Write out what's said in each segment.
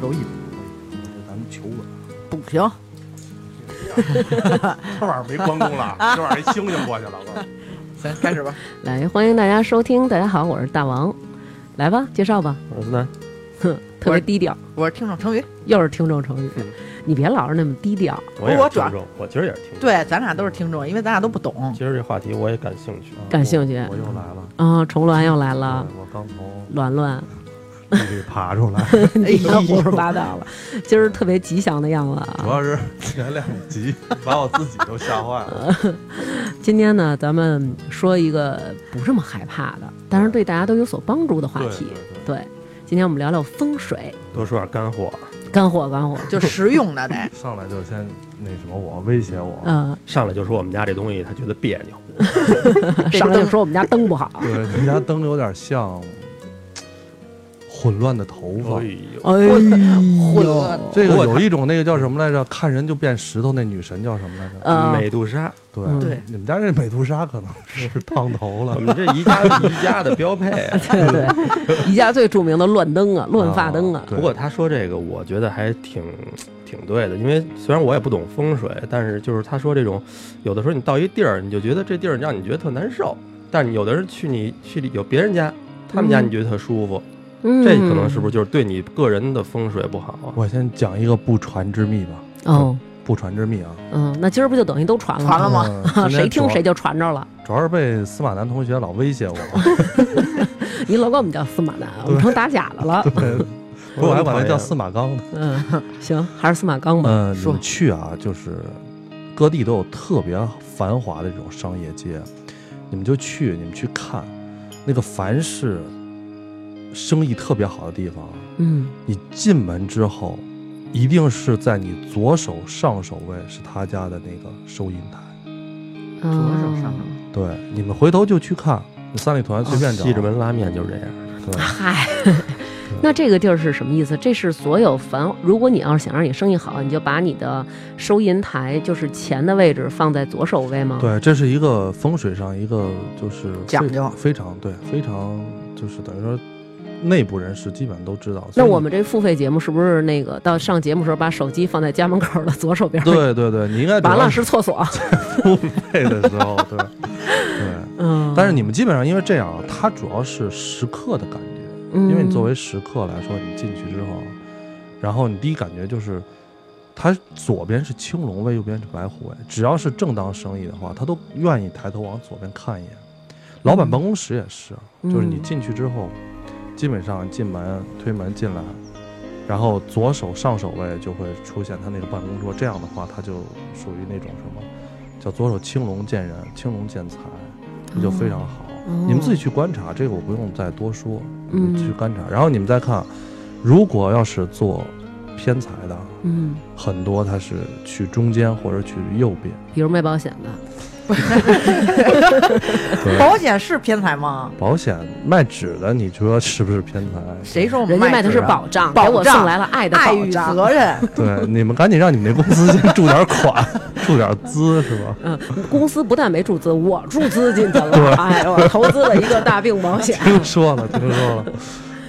够一米，嗯咱们求稳。补平， 这玩意儿没关公了，这玩意儿一猩猩过去了。我行，开始吧。来，欢迎大家收听。大家好，我是大王，来吧，介绍吧。我是南，哼，特别低调，我是听众成宇，又是听众成语嗯，你别老是那么低调。我也我是主要听众，我今儿也是听众。对，咱俩都是听众，因为咱俩都不懂 其。实这话题我也感兴趣。 啊感兴趣我又来了啊、重峦又来了，，我刚从嗯暖暖，地里爬 出来，哎你别胡说八道了。今儿特别吉祥的样子主啊！要是前两集把我自己都吓坏了。啊嗯今天呢，咱们说一个不这么害怕的，但是对大家都有所帮助的话对题对。对，今天我们聊聊风水，多说点干货，啊干货干货。就实用的得对，上来就先那什么我，威胁我。嗯、上来就说我们家这东西他觉得别扭，呃上来就说我们家灯不好。对，你们家灯有点像混乱的头发哎。呦，哎混呦乱，这个有一种那个叫什么来着？看人就变石头，那女神叫什么来着？呃，美杜莎，对嗯对你们家这美杜莎可能是烫头我了。们这宜家宜家的标配啊。对对， 宜家最著名的乱灯啊，乱发灯啊啊，对不过他说这个，我觉得还挺挺对的，因为虽然我也不懂风水，但是就是他说这种，有的时候你到一地儿，你就觉得这地儿让你觉得特难受，但是有的人去你去有别人家，他们家嗯你觉得特舒服，嗯，哦这可能是不是就是对你个人的风水不好啊？我先讲一个不传之秘吧，哦，不传之秘啊。嗯，那今儿不就等于都传了传了吗？啊吗？嗯 谁听谁就传着了。主要是被司马南同学老威胁 我，你老管我们叫司马南，我们成打假的了。 对，不过我还管他叫司马刚呢。嗯，行，还是司马刚吧。嗯，你说们去啊，就是各地都有特别繁华的这种商业街，你们就去，你们去看，那个凡是生意特别好的地方，嗯，你进门之后，一定是在你左手上手位是他家的那个收银台。左手上手对，你们回头就去看，你三里屯随便找。啊西直门拉面就是这样。对，嗨， 那这个地儿是什么意思？这是所有繁，如果你要是想让你生意好，你就把你的收银台，就是钱的位置放在左手位吗？，对，这是一个风水上一个就是非讲究非常对，非常就是等于说内部人士基本上都知道。那所以我们这付费节目是不是那个到上节目时候把手机放在家门口的左手边？，对对对，你应该主完要了是厕所。付费的时候，对对。嗯，但是你们基本上因为这样啊，它主要是食客的感觉，嗯因为你作为食客来说，你进去之后，然后你第一感觉就是。它左边是青龙位，右边是白虎位。只要是正当生意的话，他都愿意抬头往左边看一眼。老板办公室也是，嗯就是你进去之后，基本上进门推门进来，然后左手上手位就会出现他那个办公桌。这样的话，他就属于那种什么叫左手青龙见人，青龙见财，这就非常好。哦你们自己去观察，这个我不用再多说，你嗯们去观察。然后你们再看，如果要是做偏财的，嗯，很多它是去中间或者去右边。嗯比如卖保险的，保险是偏财吗？保险卖纸的，你说是不是偏财？谁哦说我们人家卖的纸是啊保障，保给我障送来了爱的爱保与障。责 任？ 对，你们赶紧让你们那公司先注点款，注点资是 吧？嗯，公司不但没注资，我注资进去了。哎，我投资了一个大病保险。 听说了，听说了。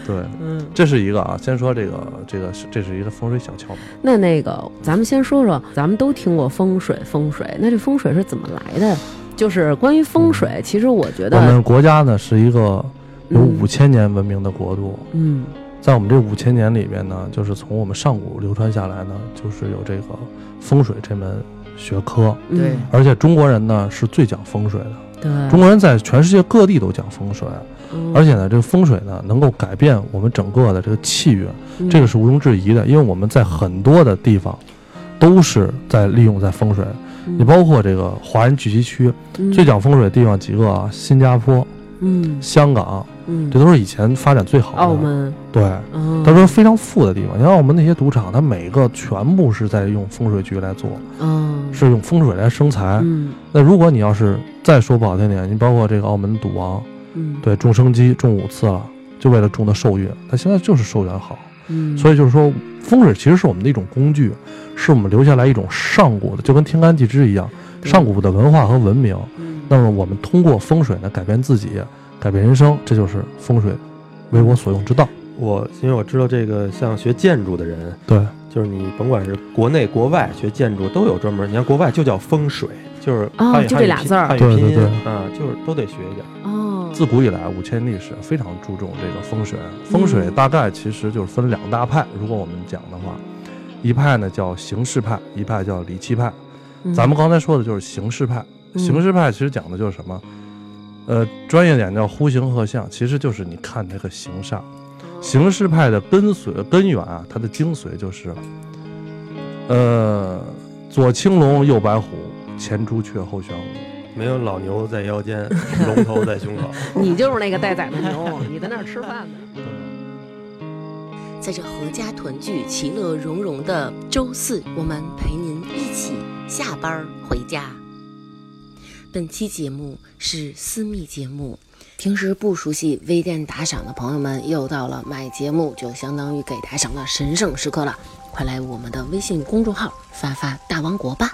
对，嗯，这是一个啊，先说这个，这个是这是一个风水小窍门。那那个，咱们先说说，咱们都听过风水，风水，那这风水是怎么来的？就是关于风水，其实我觉嗯我得，们国家呢是一个有嗯五千年文明的国度，嗯在我们这五千年里边呢，就是从我们上古流传下来呢，就是有这个风水这门学科，嗯对而且中国人呢是最讲风水的，对，中国人在全世界各地都讲风水，嗯而且呢，这个风水呢能够改变我们整个的这个气运，嗯这个是毋庸置疑的，因为我们在很多的地方都是在利用在风水，嗯你包括这个华人聚集区嗯最讲风水的地方几个啊，新加坡、嗯香港，嗯这都是以前发展最好的。澳门，对，嗯，它都是非常富的地方。你看我们那些赌场，它每一个全部是在用风水局来做，嗯是用风水来生财。嗯那如果你要是再说不好听点，你包括这个澳门赌王，嗯对，中生机中五次了，就为了中的寿运，他现在就是寿元好。嗯，所以就是说，风水其实是我们的一种工具，是我们留下来一种上古的，就跟天干地支一样，对上古的文化和文明。嗯那么我们通过风水呢，改变自己，改变人生，这就是风水为我所用之道。我因为我知道这个，像学建筑的人，对，就是你甭管是国内国外学建筑都有专门，你看国外就叫风水，就是哦汉语就这俩字儿汉语拼汉语拼对对音啊，就是都得学一点。哦，自古以来五千历史非常注重这个风水，风水大概其实就是分两大派，嗯如果我们讲的话，一派呢叫形式派，一派叫理气派。嗯咱们刚才说的就是形式派，形式派其实讲的就是什么？呃，专业点叫呼形鹤象，其实就是你看这个形煞。嗯形式派的根髓根源啊，它的精髓就是，呃，左青龙，右白虎，前朱雀，后玄武。没有老牛在腰 间，龙头在胸口。你就是那个待宰的牛，你在那儿吃饭呢。在这阖家团聚、其乐融融的周四，我们陪您一起下班儿回家。本期节目是私密节目，平时不熟悉微店打赏的朋友们，又到了买节目就相当于给打赏的神圣时刻了，快来我们的微信公众号发发大王国吧。